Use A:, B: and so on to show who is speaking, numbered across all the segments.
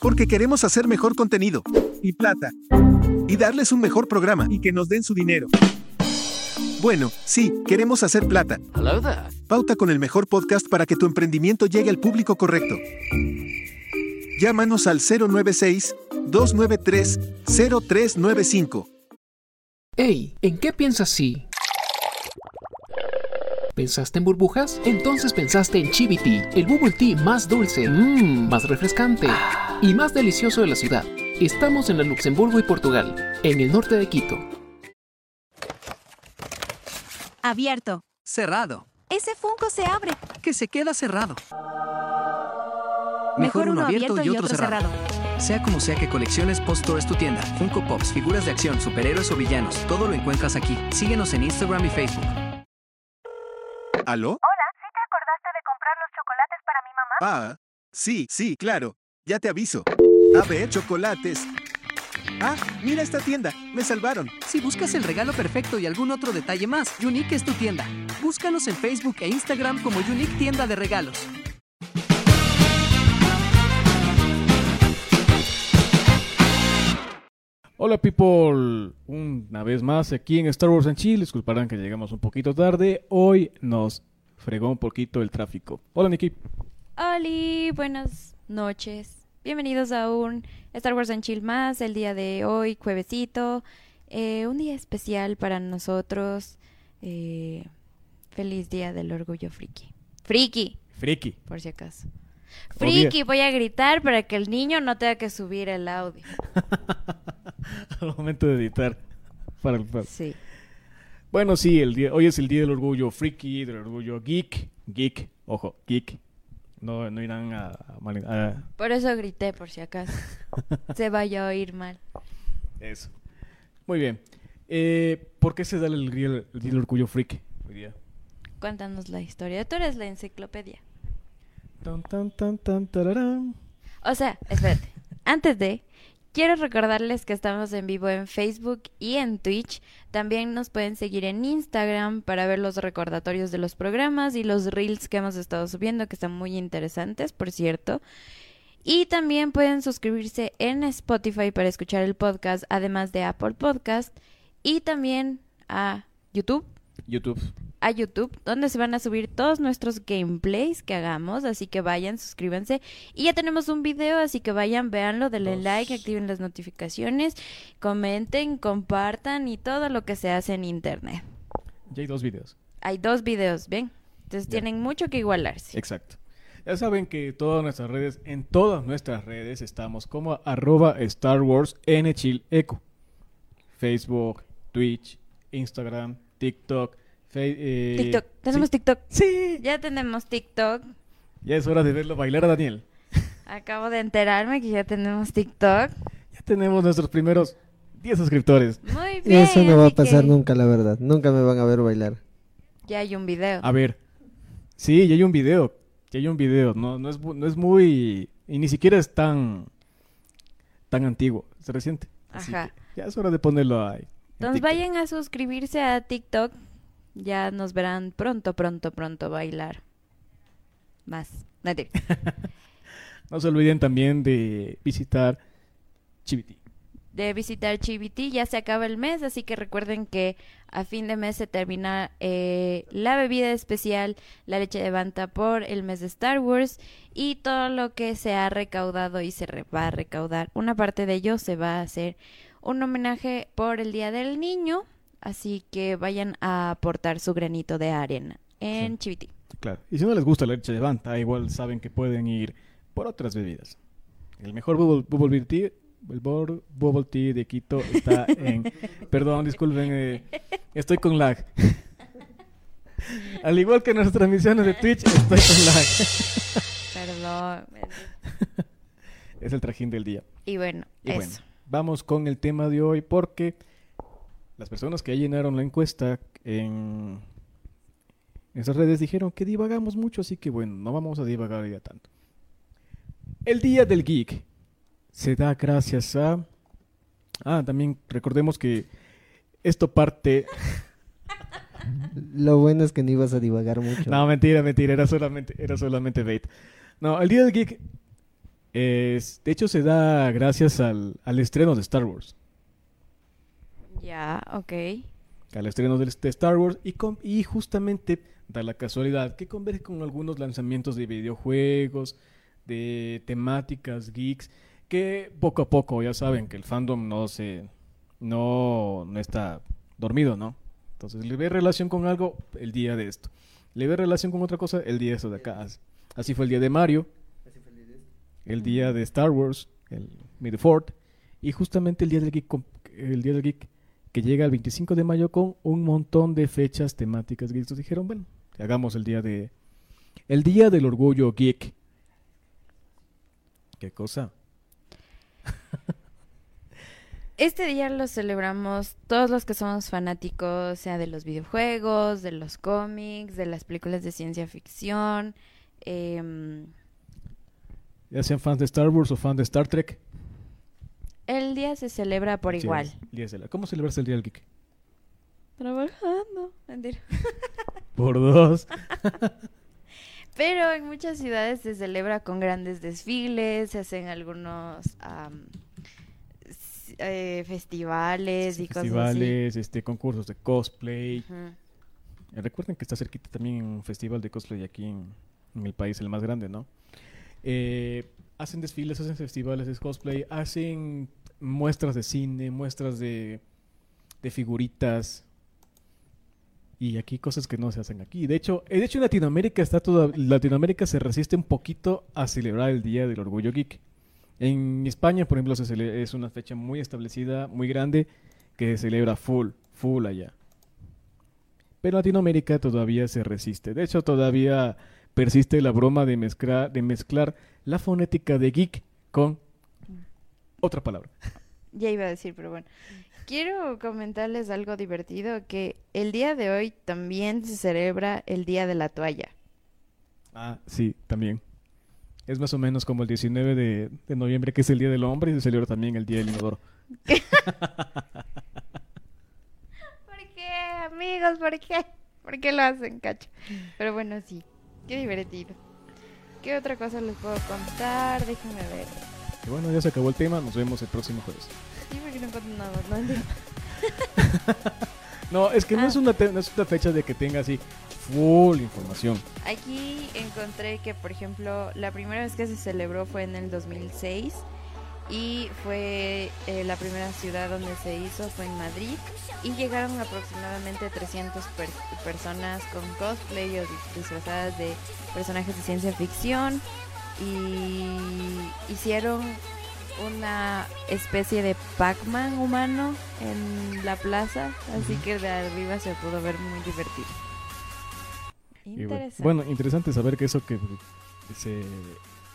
A: Porque queremos hacer mejor contenido. Y plata. Y darles un mejor programa. Y que nos den su dinero. Bueno, sí, queremos hacer plata.
B: Hello there.
A: Pauta con el mejor podcast para que tu emprendimiento llegue al público correcto. Llámanos al 096-293-0395.
C: Hey, ¿en qué piensas si? ¿Pensaste en burbujas? Entonces pensaste en Chibi Tea, el bubble tea más dulce, mmm, más refrescante y más delicioso de la ciudad. Estamos en la Luxemburgo y Portugal, en el norte de Quito.
D: Abierto.
B: Cerrado.
D: Ese Funko se abre.
B: Que se queda cerrado.
D: Mejor, uno, abierto, y otro, cerrado.
B: Sea como sea que colecciones, Posto es tu tienda. Funko Pops, figuras de acción, superhéroes o villanos, todo lo encuentras aquí. Síguenos en Instagram y Facebook.
A: ¿Aló?
E: Hola, ¿sí te acordaste de comprar los chocolates para mi mamá?
A: Ah, sí, sí, claro. Ya te aviso. A ver, chocolates. Ah, mira esta tienda. Me salvaron.
B: Si buscas el regalo perfecto y algún otro detalle más, Unique es tu tienda. Búscanos en Facebook e Instagram como Unique Tienda de Regalos.
F: Hola people, una vez más aquí en Star Wars en Chile, disculparán que llegamos un poquito tarde, hoy nos fregó un poquito el tráfico. Hola Nikki,
G: Hola, buenas noches. Bienvenidos a un Star Wars and Chill más el día de hoy, juevesito. Eh, un día especial para nosotros. Eh, feliz día del orgullo friki. Friki,
F: friki.
G: por si acaso.
F: Obvio.
G: Friki, voy a gritar para que el niño no tenga que subir el audio.
F: Al momento de editar. Para el- para-
G: Sí.
F: Bueno, sí, el día, hoy es el día del orgullo friki, del orgullo geek, geek, ojo, geek. No, no irán a, a mal- a-
G: Por eso grité, por si acaso. Se vaya a oír mal.
F: eso. Muy bien. Eh, ¿Por qué se da el día el día del orgullo friki hoy día?
G: Cuéntanos la historia. Tú eres la enciclopedia.
F: Tan, tan, tan, tan, tararán.
G: O sea, espérate. Antes de, quiero recordarles que estamos en vivo en Facebook y en Twitch. También nos pueden seguir en Instagram para ver los recordatorios de los programas y los reels que hemos estado subiendo, que están muy interesantes, por cierto. Y también pueden suscribirse en Spotify para escuchar el podcast, además de Apple Podcast y también a YouTube
F: YouTube.
G: a YouTube, donde se van a subir todos nuestros gameplays que hagamos. Así que vayan, suscríbanse. Y ya tenemos un video, así que vayan, véanlo, denle
F: Dos.
G: like, activen las notificaciones, comenten, compartan y todo lo que se hace en internet.
F: Ya hay dos videos.
G: Hay dos videos, ¿bien? Entonces
F: Ya.
G: tienen mucho que igualarse.
F: Exacto. Ya saben que todas nuestras redes, en todas nuestras redes estamos como arroba Star Wars N Chill Eco. Facebook, Twitch, Instagram, TikTok, Fe- eh,
G: TikTok, tenemos
F: sí.
G: TikTok.
F: Sí.
G: Ya tenemos TikTok.
F: Ya es hora de verlo bailar a Daniel.
G: Acabo de enterarme que ya tenemos TikTok.
F: Ya tenemos nuestros primeros 10 suscriptores.
G: Muy bien.
H: Eso no va a
G: así que
H: pasar nunca, la verdad. Nunca me van a ver bailar.
G: Ya hay un video.
F: A ver. Sí, ya hay un video. Ya hay un video. No, no, es, bu- no es muy... Y ni siquiera es tan... Tan antiguo. Es reciente. Así
G: Ajá.
F: que ya es hora de ponerlo ahí. en
G: Entonces
F: TikTok.
G: vayan a suscribirse a TikTok. Ya nos verán pronto, pronto, pronto bailar. Más. No, mentira.
F: No se olviden también de visitar Chiviti.
G: De visitar Chiviti. Ya se acaba el mes, así que recuerden que a fin de mes se termina eh, la bebida especial, la leche de banta por el mes de Star Wars y todo lo que se ha recaudado y se re- va a recaudar. Una parte de ello se va a hacer un homenaje por el Día del Niño, así que vayan a aportar su granito de arena en
F: Sí.
G: Chiviti.
F: Claro. Y si no les gusta la leche de banta, igual saben que pueden ir por otras bebidas. El mejor bubble, bubble beer tea, el bor- bubble tea de Quito está en... perdón, disculpen, eh, estoy con lag. Al igual que nuestras transmisiones de Twitch, estoy con lag.
G: Perdón.
F: Es el trajín del día.
G: Y bueno,
F: Y
G: eso.
F: bueno, vamos con el tema de hoy porque las personas que ya llenaron la encuesta en esas redes dijeron que divagamos mucho, así que bueno, no vamos a divagar ya tanto. El Día del Geek se da gracias a... Ah, también recordemos que esto parte...
H: Lo bueno es que no ibas a divagar mucho.
F: No, mentira, mentira, era solamente, era solamente bait. No, el Día del Geek Es- de hecho, se da gracias al, al estreno de Star Wars.
G: Ya, ok.
F: Al estreno del- de Star Wars y, con- y justamente da la casualidad que converge con algunos lanzamientos de videojuegos, de temáticas, geeks, que poco a poco ya saben que el fandom no se no, no está dormido, ¿no? Entonces le ve relación con algo el día de esto. Le ve relación con otra cosa el día de esto de acá. Así- Así fue el día de Mario. El día de Star Wars, el May the Fourth, y justamente el día del geek, con- el día del geek que llega el 25 de mayo con un montón de fechas temáticas geeks. Entonces dijeron, bueno, hagamos el día de el día del orgullo geek. ¿Qué cosa?
G: Este día lo celebramos todos los que somos fanáticos, sea de los videojuegos, de los cómics, de las películas de ciencia ficción. em,
F: Ya sean fans de Star Wars o fans de Star Trek.
G: el día se celebra por
F: sí,
G: igual.
F: es el día de la- ¿Cómo celebrarse el día del geek?
G: Trabajando, mentira.
F: Por dos.
G: Pero en muchas ciudades se celebra con grandes desfiles, se hacen algunos am, s- eh, festivales y
F: Festivales, este, concursos de cosplay.
G: cosas así. Ujú.
F: Eh, Recuerden que está cerquita también un festival de cosplay aquí en, en el país, el más grande, ¿no? Eh, hacen desfiles, hacen festivales de cosplay, hacen muestras de cine, muestras de, de figuritas. Y aquí cosas que no se hacen aquí. De hecho, eh, de hecho en Latinoamérica está toda, Latinoamérica se resiste un poquito a celebrar el Día del Orgullo Geek. En España, por ejemplo, se cele- es una fecha muy establecida, muy grande, que se celebra full, full allá. Pero Latinoamérica todavía se resiste. De hecho, todavía persiste la broma de, mezcla- de mezclar la fonética de geek con otra palabra.
G: Ya iba a decir, pero bueno. Quiero comentarles algo divertido, que el día de hoy también se celebra el Día de la Toalla.
F: Ah, sí, también. Es más o menos como el 19 de, de noviembre, que es el Día del Hombre, y se celebra también el Día del Inodoro.
G: ¿Por qué, amigos? ¿Por qué? ¿Por qué lo hacen, cacho? Pero bueno, sí. Qué divertido. ¿Qué otra cosa les puedo contar? Déjenme ver.
F: Y bueno, ya se acabó el tema, nos vemos el próximo jueves.
G: Sí, porque no encuentro nada más, ¿no? Entiendo.
F: No, es que no,
G: Ah.
F: es una te- no es una fecha de que tenga así full información.
G: Aquí encontré que, por ejemplo, la primera vez que se celebró fue en el 2006 y fue eh, la primera ciudad donde se hizo fue en Madrid y llegaron aproximadamente 300 per- personas con cosplay o dis- disfrazadas de personajes de ciencia ficción y hicieron una especie de Pac-Man humano en la plaza, así que de arriba se pudo ver muy divertido.
F: Y bueno-
G: Interesante.
F: Bueno, interesante saber que eso que se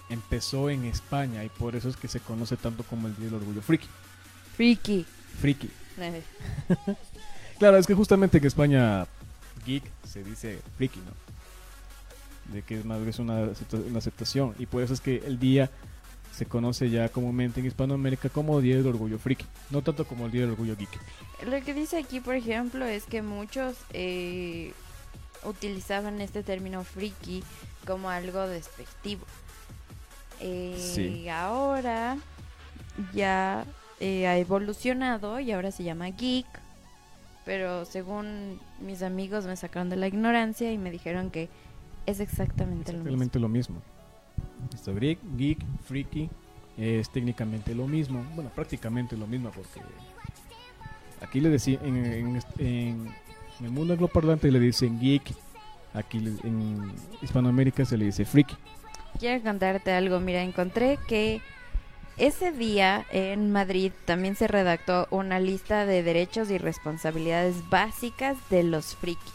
F: empezó en España y por eso es que se conoce tanto como el Día del Orgullo Friki.
G: Freaky.
F: Friki. Claro, es que justamente en España geek se dice friki, ¿no? De que es más es una, acepta- una aceptación y por eso es que el día se conoce ya comúnmente en Hispanoamérica como Día del Orgullo Friki, no tanto como el Día del Orgullo Geek.
G: Lo que dice aquí, por ejemplo, es que muchos eh, utilizaban este término friki como algo despectivo. Eh,
F: Sí.
G: Ahora ya eh, ha evolucionado y ahora se llama geek. Pero según mis amigos me sacaron de la ignorancia y me dijeron que es exactamente, lo mismo.
F: Exactamente lo mismo. Esto geek, geek, freaky, es técnicamente lo mismo. Bueno, prácticamente lo mismo porque aquí le decían, en, en- en- en el mundo angloparlante le dicen geek, aquí le- en Hispanoamérica se le dice freaky.
G: Quiero contarte algo. Mira, encontré que ese día en Madrid también se redactó una lista de derechos y responsabilidades básicas de los frikis.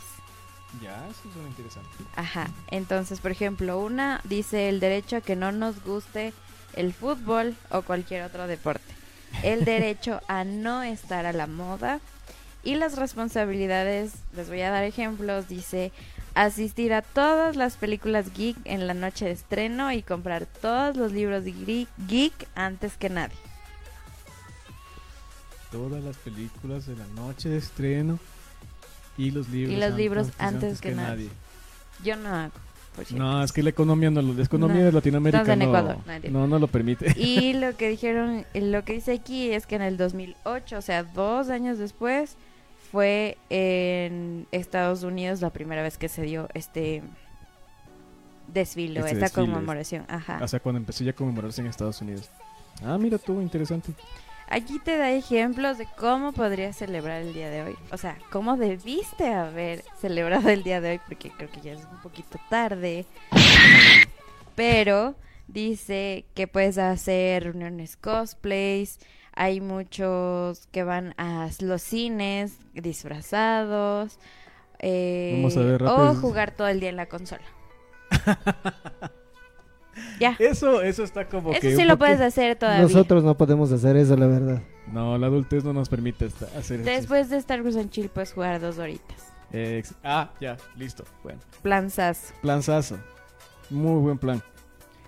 F: Ya, eso es interesante.
G: Ajá. Entonces, por ejemplo, una dice el derecho a que no nos guste el fútbol o cualquier otro deporte. El derecho a no estar a la moda. Y las responsabilidades, les voy a dar ejemplos, dice asistir a todas las películas geek en la noche de estreno y comprar todos los libros de gri- geek antes que nadie.
F: Todas las películas de la noche de estreno y los libros
G: los libros antes que nadie. Yo no hago. por si
F: No, es que la economía, no, lo- la economía
G: No,
F: de Latinoamérica
G: estás en
F: no,
G: Ecuador, no entiendo.
F: no, no lo permite.
G: Y lo que dijeron, lo que dice aquí es que en el 2008, o sea, dos años después, fue en Estados Unidos la primera vez que se dio este desfile, o
F: Este
G: esta
F: desfile.
G: conmemoración. Ajá.
F: O sea, cuando empezó ya a conmemorarse en Estados Unidos. Ah, mira tú, interesante.
G: Aquí te da ejemplos de cómo podrías celebrar el día de hoy. O sea, cómo debiste haber celebrado el día de hoy, porque creo que ya es un poquito tarde. Pero dice que puedes hacer reuniones cosplays. Hay muchos que van a los cines disfrazados. eh,
F: Vamos a ver
G: o
F: rápido.
G: jugar todo el día en la consola. ya.
F: Eso, eso está como que.
G: Eso
F: un
G: sí lo
F: poqui-
G: puedes hacer todavía.
H: Nosotros no podemos hacer eso, la verdad.
F: No, la adultez no nos permite esta- hacer eso.
G: Después de Star Wars en Chill puedes jugar dos horitas.
F: Ex- ah, ya, listo. Bueno,
G: Planzas.
F: planzazo. Muy buen plan.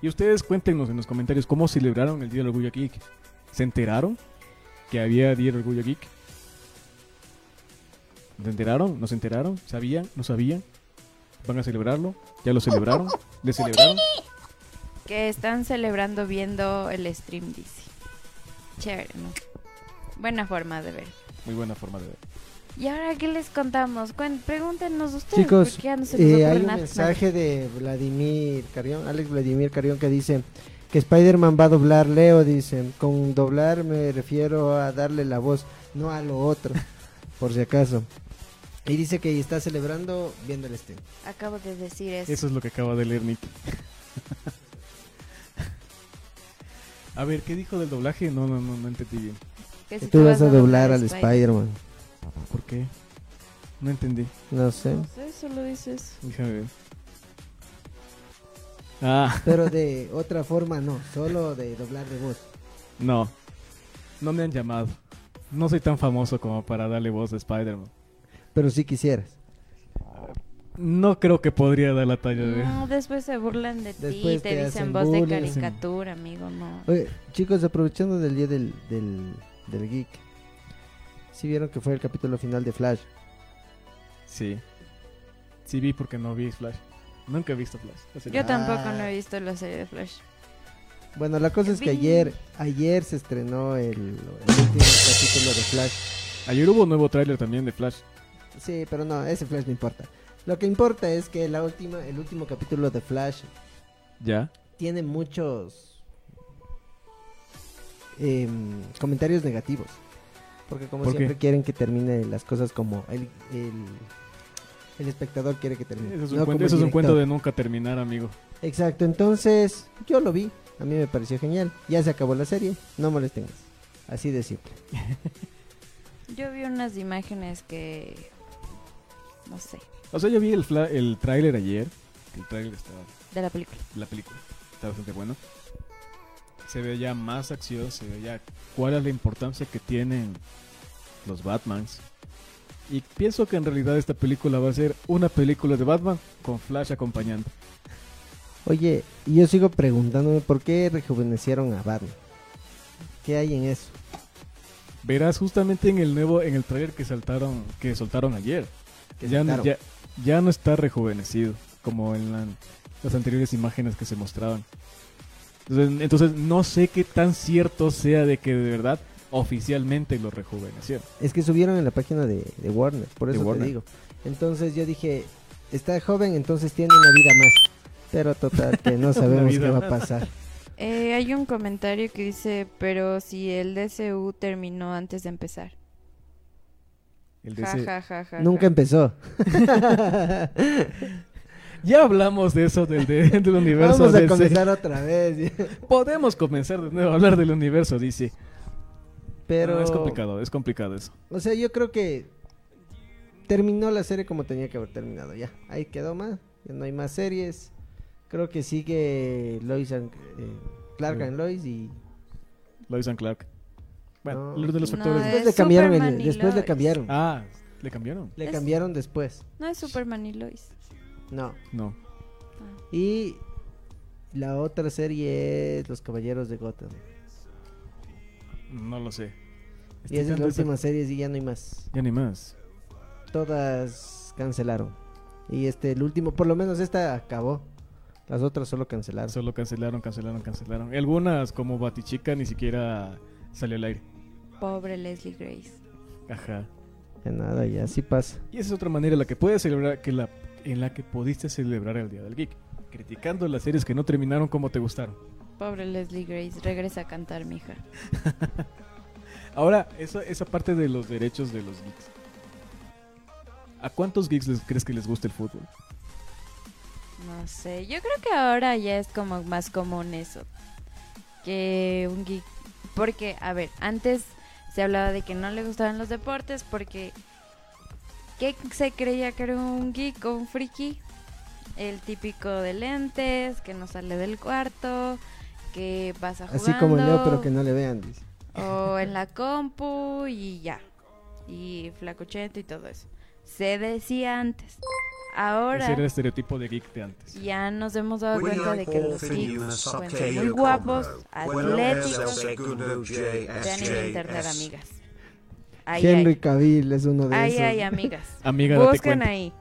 F: Y ustedes cuéntenos en los comentarios cómo celebraron el Día del Orgullo Geek. ¿Se enteraron que había Día del Orgullo Geek? ¿Se enteraron? ¿No se enteraron? ¿Sabían? ¿No sabían? ¿Van a celebrarlo? ¿Ya lo celebraron? ¿Le celebraron?
G: Que están celebrando viendo el stream, dice. Chévere, ¿no? Buena forma de ver.
F: Muy buena forma de ver.
G: ¿Y ahora qué les contamos? Cuen- pregúntenos ustedes.
H: Chicos,
G: porque ya no se nos
H: eh,
G: ocurre
H: hay un
G: nada.
H: mensaje de Vladimir Carrión, Alex Vladimir Carrión, que dice que Spider-Man va a doblar Leo, dice. Con doblar me refiero a darle la voz, no a lo otro, por si acaso. Y dice que está celebrando viendo el stream.
G: Acabo de decir eso.
F: Eso es lo que acaba de leer Nick. A ver, ¿qué dijo del doblaje? No, no, no, no entendí bien.
G: Que
H: Que
G: si
H: tú vas a doblar al
G: Spider-
H: Spider-Man.
F: ¿Por qué? No entendí.
H: No sé.
G: No sé, solo dices.
F: Déjame ver. Ah,
H: Pero de otra forma no, solo de doblar de voz.
F: no. No me han llamado. No soy tan famoso como para darle voz a Spider-Man.
H: Pero si quisieras.
F: No creo que podría dar la talla de...
G: No, después se burlan de ti,
H: Después
G: te
H: te
G: dicen
H: hacen
G: voz de
H: bullying,
F: hacen-
G: caricatura, amigo, no.
H: Oye, chicos, aprovechando del día del, del, del geek. Si vieron que fue el capítulo final de Flash.
F: Sí. Sí vi porque no vi Flash. Nunca he visto Flash. Así que-
G: Yo tampoco
H: Ah.
G: no he visto la serie de Flash.
H: Bueno, la cosa es que
G: Vi.
H: ayer, ayer se estrenó el, el último capítulo de Flash.
F: Ayer hubo un nuevo tráiler también de Flash.
H: Sí, pero no, ese Flash no importa. Lo que importa es que la última, el último capítulo de Flash
F: ¿Ya?
H: tiene muchos em, comentarios negativos. Porque como
F: ¿Por qué?
H: siempre quieren que termine las cosas como el, el, el espectador quiere que termine.
F: Eso es un,
H: no como
F: cuento,
H: el
F: eso es un cuento
H: director.
F: de nunca terminar, amigo.
H: Exacto, entonces yo lo vi, a mí me pareció genial. Ya se acabó la serie, no molesten más. Así de simple.
G: Yo vi unas imágenes que... No sé,
F: O sea, yo vi el, fla- el tráiler ayer. El tráiler está...
G: de la película.
F: La película. Está bastante bueno. Se ve ya más acción, se ve ya cuál es la importancia que tienen los Batmans. Y pienso que en realidad esta película va a ser una película de Batman con Flash acompañando.
H: Oye, y yo sigo preguntándome por qué rejuvenecieron a Batman. ¿Qué hay en eso?
F: Verás justamente en el nuevo, en el trailer que saltaron, que soltaron ayer.
H: Que
F: ya, no,
H: soltaron.
F: ya, ya no está rejuvenecido como en la- las anteriores imágenes que se mostraban. Entonces, entonces no sé qué tan cierto sea de que de verdad oficialmente lo rejuvenecieron.
H: Es que subieron en la página de, de Warner, por
F: De
H: eso
F: Warner.
H: te digo. Entonces yo dije, está joven, entonces tiene una vida más. Pero total, que no sabemos
F: vida
H: qué va a
F: más.
H: pasar.
G: Eh, hay un comentario que dice, pero si el DCU terminó antes de empezar.
F: El
G: Ja,
F: DC
G: ja, ja, ja,
H: Nunca em-
G: ja.
H: empezó.
F: Ya hablamos de eso del, de- del universo
H: Vamos a
F: DC.
H: comenzar otra vez.
F: Podemos comenzar de nuevo a hablar del universo dice
H: Pero...
F: Pero es complicado, es complicado eso.
H: O sea, yo creo que terminó la serie como tenía que haber terminado. Ya, ahí quedó más. Ya no hay más series. Creo que sigue Lois and, eh, Clark and Lois y
F: Lois and Clark. Bueno,
H: No.
F: los de los
G: No,
F: factores.
G: Ah, es-
H: después le cambiaron. el-
G: Superman y
H: después le
G: Lois.
H: cambiaron.
F: Ah, le cambiaron.
H: Le
G: Es-
H: cambiaron después.
G: No es Superman y Lois.
H: No.
F: No.
H: Y la otra serie es Los Caballeros de Gotham.
F: No lo sé.
H: y esa es la
F: Estoy
H: última serie y ya no hay más.
F: Ya ni más.
H: Todas cancelaron. Y este, el último, por lo menos esta acabó. Las otras solo cancelaron.
F: Solo cancelaron, cancelaron, cancelaron. Y algunas, como Batichica, ni siquiera salió al aire.
G: Pobre Leslie Grace.
F: Ajá.
H: Ya nada, ya así pasa.
F: Y esa es otra manera en la que puedes celebrar, que la, en la que pudiste celebrar el Día del Geek. Criticando las series que no terminaron como te gustaron.
G: Pobre Leslie Grace, regresa a cantar, mija.
F: Ahora, esa, esa parte de los derechos de los geeks. ¿A cuántos geeks les, crees que les gusta el fútbol?
G: No sé, yo creo que ahora ya es como más común eso. Que un geek... Porque, a ver, antes se hablaba de que no le gustaban los deportes porque... ¿Qué se creía que era un geek o un friki? El típico de lentes, que no sale del cuarto, que pasa jugando...
H: Así como yo, pero que no le vean, dice.
G: O en la compu y ya. Y flacuchento y todo eso. Se decía antes. Ahora...
F: Ese era el estereotipo de geek de antes.
G: Ya nos hemos dado cuenta de que los geeks pueden ser muy guapos, atléticos, vean en internet, amigas. Ahí
H: Henry
G: hay,
H: Cavill es uno de
G: ahí
H: esos.
G: hay, amigas.
F: Amiga, date
G: Busquen
F: cuenta.
G: ahí.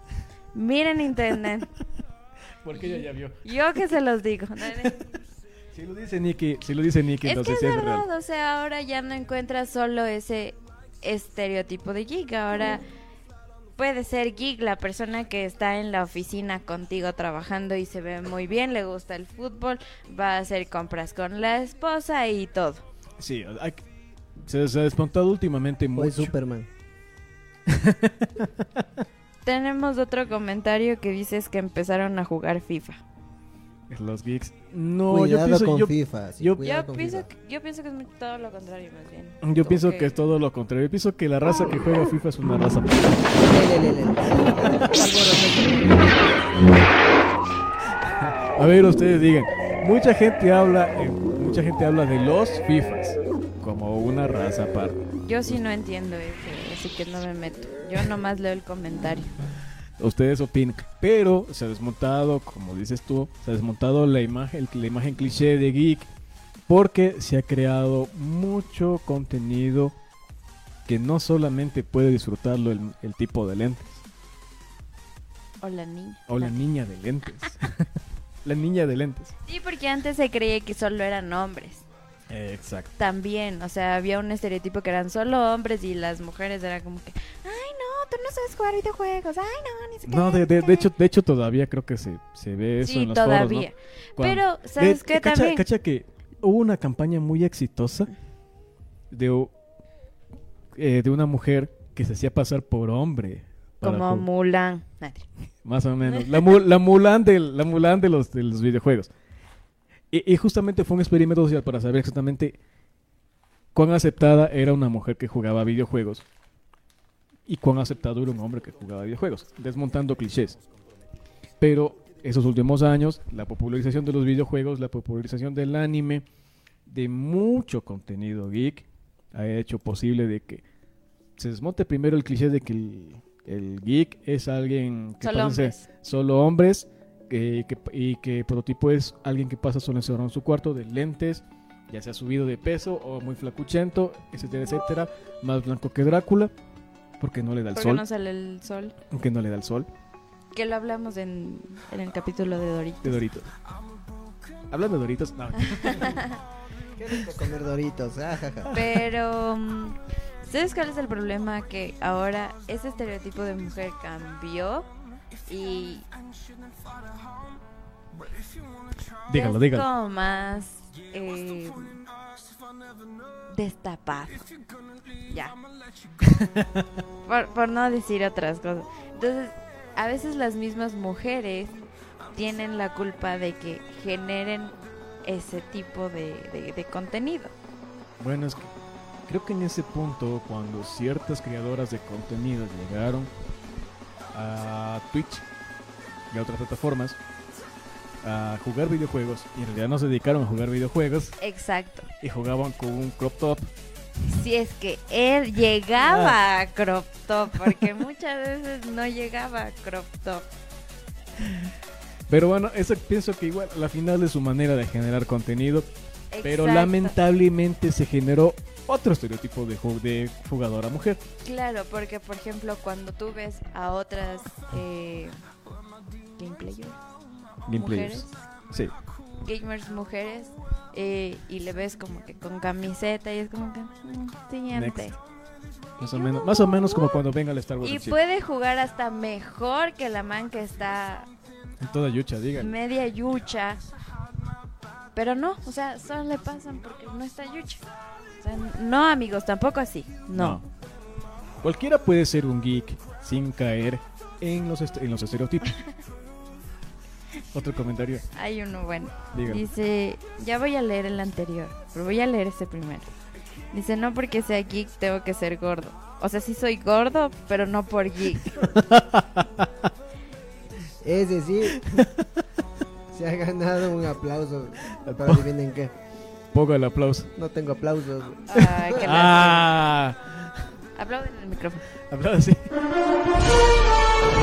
G: Miren internet.
F: Porque ella ya vio.
G: Yo que se los digo. No, no.
F: Si lo dice Nicky, si lo dice Nicky,
G: Es que
F: entonces
G: es
F: sí es real.
G: verdad, o sea, ahora ya no encuentras solo ese estereotipo de geek, ahora puede ser geek la persona que está en la oficina contigo trabajando y se ve muy bien, le gusta el fútbol, va a hacer compras con la esposa y todo.
F: Sí, hay- se, se ha despontado últimamente
H: O es
F: mucho.
H: Superman.
G: Tenemos otro comentario que dices que empezaron a jugar FIFA.
F: Los geeks. No, yo
H: cuidado
F: pienso,
H: con
F: yo,
H: FIFA. sí,
F: yo-
H: cuidado
G: yo
H: con
G: pienso
H: FIFA.
G: que, yo pienso que es muy- todo lo contrario más bien.
F: yo
G: Como
F: pienso que es todo lo contrario. Yo pienso que la raza que juega FIFA es una raza.
H: Le, le, le, le.
F: A ver, ustedes digan. Mucha gente habla, eh, mucha gente habla de los FIFAs como una raza aparte.
G: Yo sí no entiendo eso, así que no me meto. Yo nomás leo el comentario.
F: Ustedes opinan. Pero se ha desmontado, como dices tú, se ha desmontado la imagen, la imagen cliché de geek. Porque se ha creado mucho contenido que no solamente puede disfrutarlo el, el tipo de lentes.
G: Hola niña.
F: O la niña de lentes. la niña de lentes.
G: Sí, porque antes se creía que solo eran hombres.
F: Exacto.
G: También, o sea, había un estereotipo que eran solo hombres y las mujeres eran como que, ay no, tú no sabes jugar videojuegos, ay no, ni siquiera.
F: No, de, de- de hecho, de hecho todava creo que se, se ve eso
G: sí,
F: en los foros, ¿no?
G: todavía.
F: Cuando-
G: Pero, ¿sabes
F: De-
G: qué
F: cacha,
G: también?
F: cacha que hubo una campaña muy exitosa de, u- eh, de una mujer que se hacía pasar por hombre. para
G: Como
F: ju-
G: Mulan. Madre.
F: Más o menos. La, mu- la Mulan, del, la Mulan de, los, de los videojuegos. Y, y justamente fue un experimento social para saber exactamente cuán aceptada era una mujer que jugaba videojuegos y cuán aceptado era un hombre que jugaba videojuegos, desmontando clichés. Pero esos últimos años, la popularización de los videojuegos, la popularización del anime, de mucho contenido geek, ha hecho posible de que se desmonte primero el cliché de que el, el geek es alguien que
G: Solo
F: pasa a ser
G: hombres.
F: solo hombres eh, que- y que prototipo es alguien que pasa solo encerrado en su cuarto de lentes, ya sea subido de peso o muy flacuchento, etcétera, etcétera, más blanco que Drácula, porque no le da el
G: ¿Por qué
F: sol,
G: no sale el sol?
F: porque no le da el sol
G: Que lo hablamos en, en el capítulo de Doritos.
F: de Doritos. Hablando de Doritos, no,
H: Qué rico comer doritos. ajaja.
G: Pero, mm, ¿sabes cuál es el problema? Que ahora ese estereotipo de mujer cambió y
F: dígalo,
G: es
F: dígalo.
G: como más eh, destapado. Ya. por, por no decir otras cosas. Entonces, a veces las mismas mujeres tienen la culpa de que generen ese tipo de, de- de contenido.
F: Bueno, es que creo que en ese punto, cuando ciertas creadoras de contenido llegaron a Twitch y a otras plataformas a jugar videojuegos, y en realidad no se dedicaron a jugar videojuegos,
G: Exacto.
F: y jugaban con un crop top.
G: Si es que él
F: Ah.
G: llegaba a crop top, porque muchas veces no llegaba a crop top.
F: Pero bueno, eso pienso que igual a la final es su manera de generar contenido. Pero
G: Exacto.
F: lamentablemente se generó otro estereotipo de, ju- de jugadora mujer.
G: Claro, porque por ejemplo cuando tú ves a otras eh, gameplayers,
F: Game players.
G: mujeres,
F: Sí.
G: gamers mujeres eh, y le ves como que con camiseta y es como que mm, siguiente.
F: Next. Más o menos, más o menos como cuando venga el Star Wars.
G: Y pues
F: en Chile.
G: puede jugar hasta mejor que la man que está
F: En toda yucha, digan.
G: media yucha. Pero no, o sea, solo le pasan porque no está yucha. O sea, no, amigos, tampoco así. No.
F: Cualquiera puede ser un geek sin caer en los, est- en los estereotipos. Otro comentario,
G: Hay uno bueno.
F: digan.
G: Dice, ya voy a leer el anterior, pero voy a leer este primero. Dice, no porque sea geek tengo que ser gordo. O sea, sí soy gordo, pero no por geek.
H: Es decir, se ha ganado un aplauso. Pero adivinen qué.
F: Ponga el aplauso.
H: No tengo aplausos. güey.
G: Ah, qué lástima.
F: Ah,
G: Aplauden el micrófono.
F: hablado así.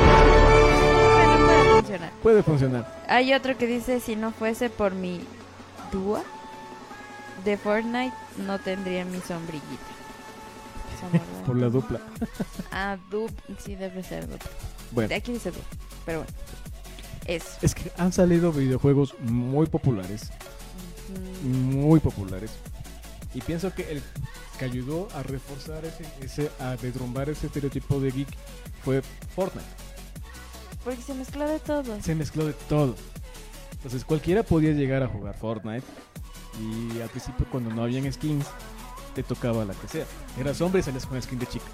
G: Pero puede funcionar.
F: Puede funcionar.
G: Hay otro que dice, si no fuese por mi dúa de Fortnite, no tendría mi sombrillita. Sombrilla.
F: Por la dupla.
G: Ah, dup, sí debe ser dup.
F: Bueno,
G: Aquí dice dup, pero bueno. Eso.
F: es que han salido videojuegos muy populares.
G: Ujú.
F: muy populares. Y pienso que el que ayudó a reforzar ese, ese a derrumbar ese estereotipo de geek fue Fortnite.
G: Porque se mezcló de todo.
F: Se mezcló de todo. Entonces cualquiera podía llegar a jugar Fortnite. Y al principio cuando no habían skins, te tocaba la que sea. Eras hombre y salías con skin de chica.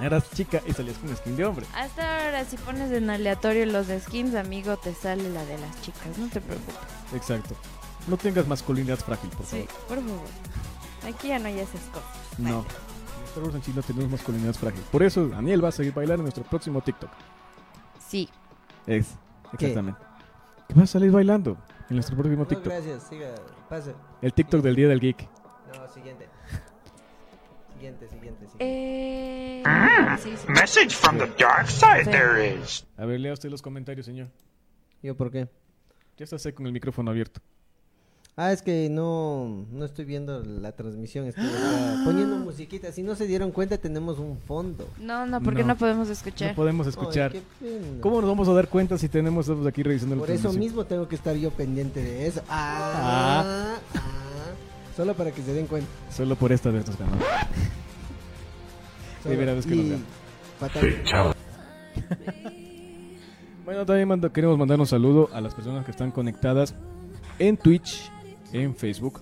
F: Eras chica y salías con skin de hombre.
G: Hasta ahora, si pones en aleatorio los skins, amigo, te sale la de las chicas. No te preocupes.
F: Exacto. No tengas masculinidad frágil, por
G: Sí,
F: favor.
G: por favor. Aquí ya no hay esas cosas.
F: No. En Star Wars en Chile no tenemos masculinidad frágil. Por eso Daniel va a seguir bailando en nuestro próximo TikTok.
G: Sí.
F: Es,
H: ¿Qué?
F: exactamente. Que vas a salir bailando en nuestro próximo
H: No,
F: TikTok.
H: gracias, siga. Pase.
F: El TikTok del Día del Geek.
H: No, siguiente. Siguiente, siguiente, siguiente.
G: Eh... sí, sí.
I: Message from the dark side
G: Sí.
I: there is.
F: A ver, lea usted los comentarios, señor.
H: ¿Yo por qué?
F: Ya está usted con el micrófono abierto.
H: Ah, es que no, no estoy viendo la transmisión, estoy acá poniendo musiquita. Si no se dieron cuenta, tenemos un fondo.
G: No, no, porque
F: No.
G: no, podemos
F: No
G: escuchar.
F: podemos
H: Ay,
F: escuchar.
H: qué pena.
F: ¿Cómo nos vamos a dar cuenta si tenemos estamos aquí revisando la
H: Por eso
F: transmisión?
H: mismo tengo que estar yo pendiente de eso. Ah, ah. Solo para que se den cuenta.
F: Solo por esta vez nos ganó.
H: Solo.
F: De veras es que nos
H: Y
F: vean.
H: fatal.
F: Bueno, también mando- queremos mandar un saludo a las personas que están conectadas en Twitch, en Facebook.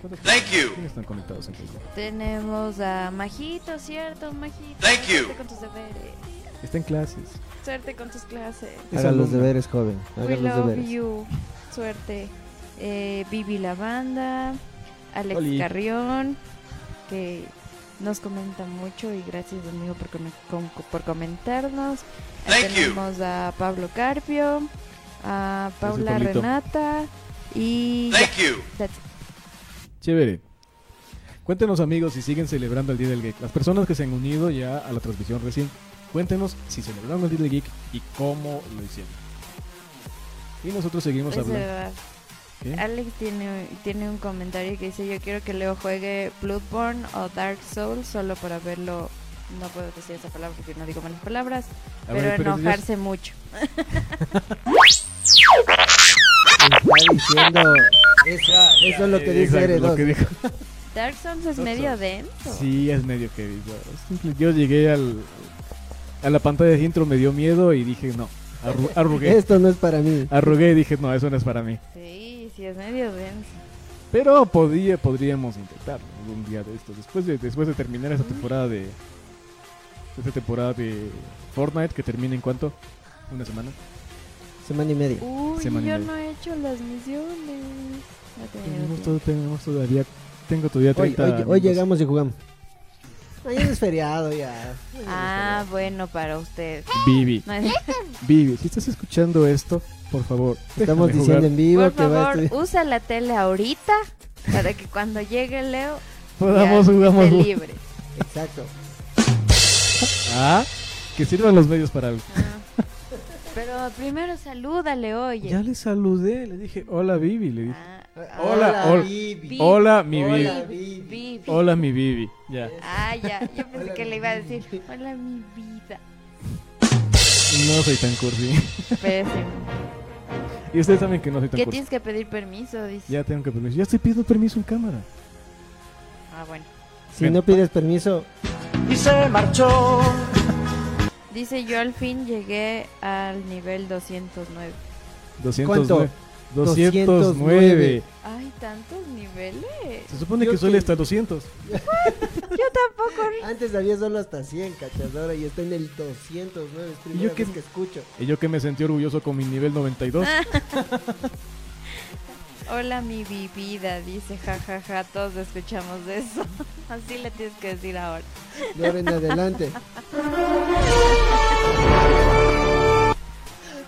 F: ¿Cuántas personas-
I: Thank you.
F: ¿Quiénes están conectados en Facebook?
G: Tenemos a Majito, ¿cierto? Majito.
I: Thank you.
G: Suerte con tus deberes.
F: Está en clases.
G: Suerte con tus clases.
H: Hagan los
F: alumno.
H: deberes, joven.
G: We
H: Hagan los
G: love
H: deberes.
G: you. Suerte. Eh, Vivi la banda. Alex
F: Oli.
G: Carrión. Que nos comenta mucho y gracias amigo por, come- com- por comentarnos.
I: Thank you.
G: Tenemos a Pablo Carpio, a Paula
F: Pablito.
G: Renata y ya,
I: Thank you.
G: that's it.
F: Chévere. Cuéntenos amigos si siguen celebrando el Día del Geek. Las personas que se han unido ya a la transmisión recién, cuéntenos si celebraron el Día del Geek y cómo lo hicieron. Y nosotros seguimos
G: Pues,
F: hablando.
G: eh,
F: ¿Qué?
G: Alex tiene, tiene un comentario que dice yo quiero que Leo juegue Bloodborne o Dark Souls solo para verlo. No puedo decir esa palabra porque no digo malas palabras,
F: A
G: pero
F: ver, pero Dios-
G: enojarse mucho.
H: Está diciendo eso. Eso es lo que dice
F: Eh, Exacto, lo
H: Heredos.
F: que dijo.
G: Dark Souls es
F: Dark
G: medio
F: Souls.
G: denso.
F: Sí, es medio que es simple. Yo llegué al, a la pantalla de intro, me dio miedo y dije no. Arru- arrugué.
H: Esto no es para mí.
F: Arrugué y dije no, eso no es para mí.
G: Sí, sí, es medio denso.
F: Pero podía, podríamos intentarlo un día de estos. Después de, después de terminar esta temporada de. Esta temporada de Fortnite, que termina en cuánto? Una semana.
H: Eh, Semana y media.
G: Uy,
F: Semana y
G: yo
F: media.
G: no he hecho las misiones. No he tenido
F: Tenemos,
G: tiempo.
F: todo- tenemos todavía. Tengo todavía
H: Hoy,
F: 30.
H: hoy- hoy
F: minutos.
H: llegamos y jugamos. Mañana es feriado ya.
G: Ah, bueno, para usted.
F: Vivi,
G: No es-
F: Vivi, si estás escuchando esto, por favor. déjame
H: Estamos diciendo
F: jugar.
H: en vivo
G: Por
H: que va a
G: favor,
H: estudiar.
G: usa la tele ahorita para que cuando llegue Leo
F: Podamos,
G: ya
F: jugamos.
G: esté libre.
H: Exacto.
F: Ah, que sirvan los medios para algo.
G: Ah. Pero primero salúdale, oye.
F: Ya le saludé, le dije hola, Vivi. Le dije,
G: Ah,
F: Hola, hola.
H: Vivi.
G: Vivi.
F: hola, mi
H: Hola,
F: Vivi.
G: Vivi,
H: Vivi.
G: Vivi.
F: Hola, mi Vivi. Ya.
G: Ah, ya. Yo pensé
H: Hola,
G: que le iba a decir, hola mi vida.
F: No soy tan cursi.
G: Pésimo.
F: Y ustedes saben que no soy tan
G: ¿Qué
F: cursi.
G: tienes que pedir permiso? Dice.
F: Ya tengo que permiso. Ya estoy pidiendo permiso en cámara.
G: Ah, bueno.
H: Si
F: Bueno.
H: no pides permiso,
G: Dice, yo al fin llegué al nivel 209.
F: 209. 209.
H: 209.
G: Ay, tantos niveles.
F: Se supone
H: Yo
F: que suele
H: que-
F: estar 200.
H: antes había solo hasta 100, cachas. Ahora ya está en el 209. Es primera
F: yo qué-
H: vez que escucho.
F: Y yo que me sentí orgulloso con mi nivel 92.
H: Ah.
G: Hola, mi vivida. Dice, jajaja, todos escuchamos de eso. Así le tienes que decir ahora.
H: De ahora en adelante.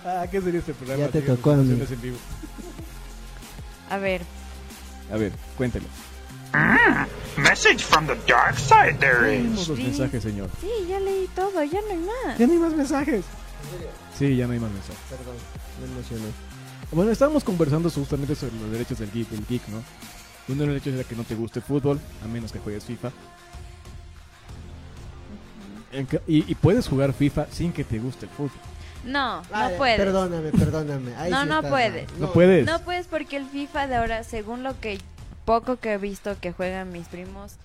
F: ah, ¿qué sería este programa?
H: Ya te
F: Digamos,
H: tocó, amigo.
F: canciones en vivo.
G: A ver,
F: A ver, cuéntelo.
I: Message from the dark side there is.
F: Leemos los
G: Sí.
F: mensajes, señor.
G: sí, ya leí todo, ya no hay más.
F: Ya no hay más mensajes. Sí, ya no hay más mensajes.
H: Perdón, me emocioné.
F: Bueno, estábamos conversando justamente sobre los derechos del geek, del geek, ¿no? Uno de los derechos era que no te guste el fútbol, a menos que juegues FIFA. En ca- Y, y puedes jugar FIFA sin que te guste el fútbol.
G: No,
H: Ah,
G: no
H: eh,
G: puedes.
H: Perdóname, perdóname. Ahí
G: No,
H: sí
G: no
H: estás
G: puedes.
H: mal.
F: No, puedes.
G: No puedes porque el FIFA de ahora, según lo que poco que he visto que juegan mis primos,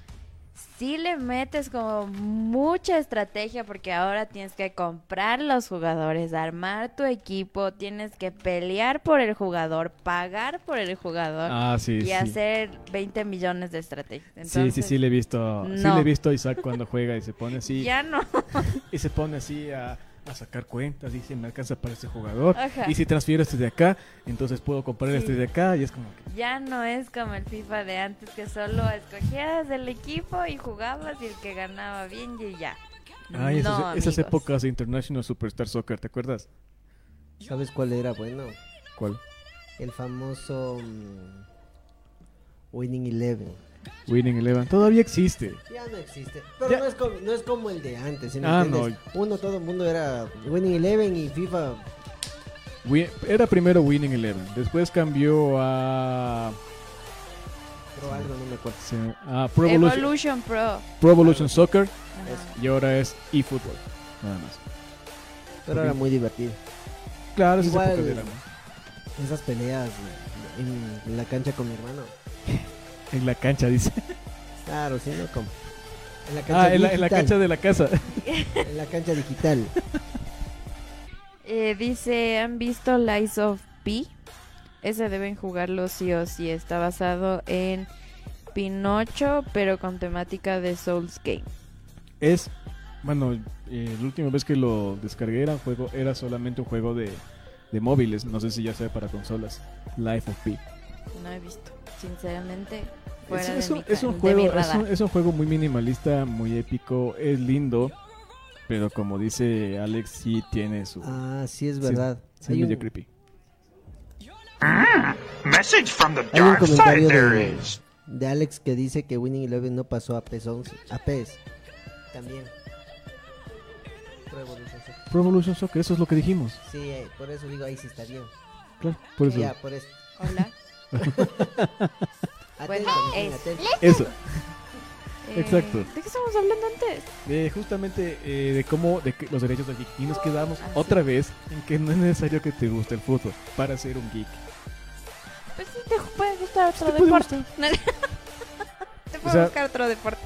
G: sí le metes como mucha estrategia porque ahora tienes que comprar los jugadores, armar tu equipo, tienes que pelear por el jugador, pagar por el jugador
F: Ah, sí,
G: y
F: sí.
G: hacer 20 millones de estrategias.
F: sí, sí,
G: Entonces,
F: sí, le he visto. Sí,
G: no.
F: le he visto a Isaac cuando juega y se pone así.
G: Ya no.
F: Y se pone así a, a sacar cuentas. Dice, me alcanza para este jugador.
G: Ajá.
F: Y si transfiero este de acá, entonces puedo comprar
G: Sí.
F: este de acá. Y es como que.
G: Ya no es como el FIFA de antes que solo escogías el equipo y jugabas y el que ganaba bien y ya.
F: Ay, esas-
G: No,
F: esas
G: amigos.
F: épocas de International Superstar Soccer, ¿te acuerdas?
H: ¿Sabes cuál era? Bueno,
F: ¿Cuál?
H: el famoso mm, Winning Eleven.
F: Winning Eleven. Todavía existe.
H: Ya no existe. Pero
F: Ya.
H: No, es como, no es como el de antes. ¿sí me
F: Ah,
H: entiendes? Uno, todo el mundo era Winning Eleven y FIFA.
F: Wi- Era primero Winning Eleven, después cambió a,
H: Pero algo no me acuerdo.
F: se- a Pro,
G: Evolution,
F: Evolution,
G: Pro.
F: Pro Evolution Soccer
G: Ajá.
F: y ahora es eFootball. Nada más.
H: Pero era muy divertido.
F: Claro,
H: esa
F: esa
H: Igual-
F: es
H: época
F: época
H: de la- Esas peleas en, en la cancha con mi hermano.
F: En la cancha, dice.
H: Claro, si no como. En la cancha
F: Ah, en la, en la
H: digital.
F: cancha de la casa.
H: En la cancha digital.
G: Eh, dice, ¿han visto Lies of P? Ese deben jugarlo sí o sí. Está basado en Pinocho, pero con temática de Souls Game.
F: Es, bueno, eh, la última vez que lo descargué era, un juego, era solamente un juego de, de móviles. No sé si ya sea para consolas. Life of Pi.
G: No he visto, sinceramente. Fuera
F: Es,
G: de
F: es
G: mi
F: un,
G: ca-
F: es un
G: de mi
F: juego, es,
G: radar.
F: un, es un juego muy minimalista, muy épico, es lindo. Pero como dice Alex, sí tiene su...
H: Ah, sí, es
F: Sí,
H: verdad.
F: Sí,
H: Hay
F: medio
H: un-
F: creepy.
I: Message from the
H: Hay un
I: dark side
H: comentario
I: there
H: de,
I: is.
H: de Alex que dice que Winning Eleven no pasó a PES 11, a PES. También. Pro Evolution Soccer.
F: Pro Evolution Soccer, eso es lo que dijimos.
H: Sí, eh, por eso digo, ahí sí está bien.
F: Claro, por eso.
H: Ya, por eso.
G: Hola.
H: Atento,
G: Bueno,
H: mijín,
G: es-
H: atento.
F: Eso.
G: Eh,
F: Exacto.
G: ¿De qué estamos hablando antes?
F: Eh, justamente eh, de cómo de que- los derechos del geek. Y nos quedamos
G: Ah, sí.
F: otra vez en que no es necesario que te guste el fútbol para ser un geek.
G: Pues sí, te puede gustar otro
F: te puede
G: deporte. te puede
F: sea,
G: buscar otro deporte.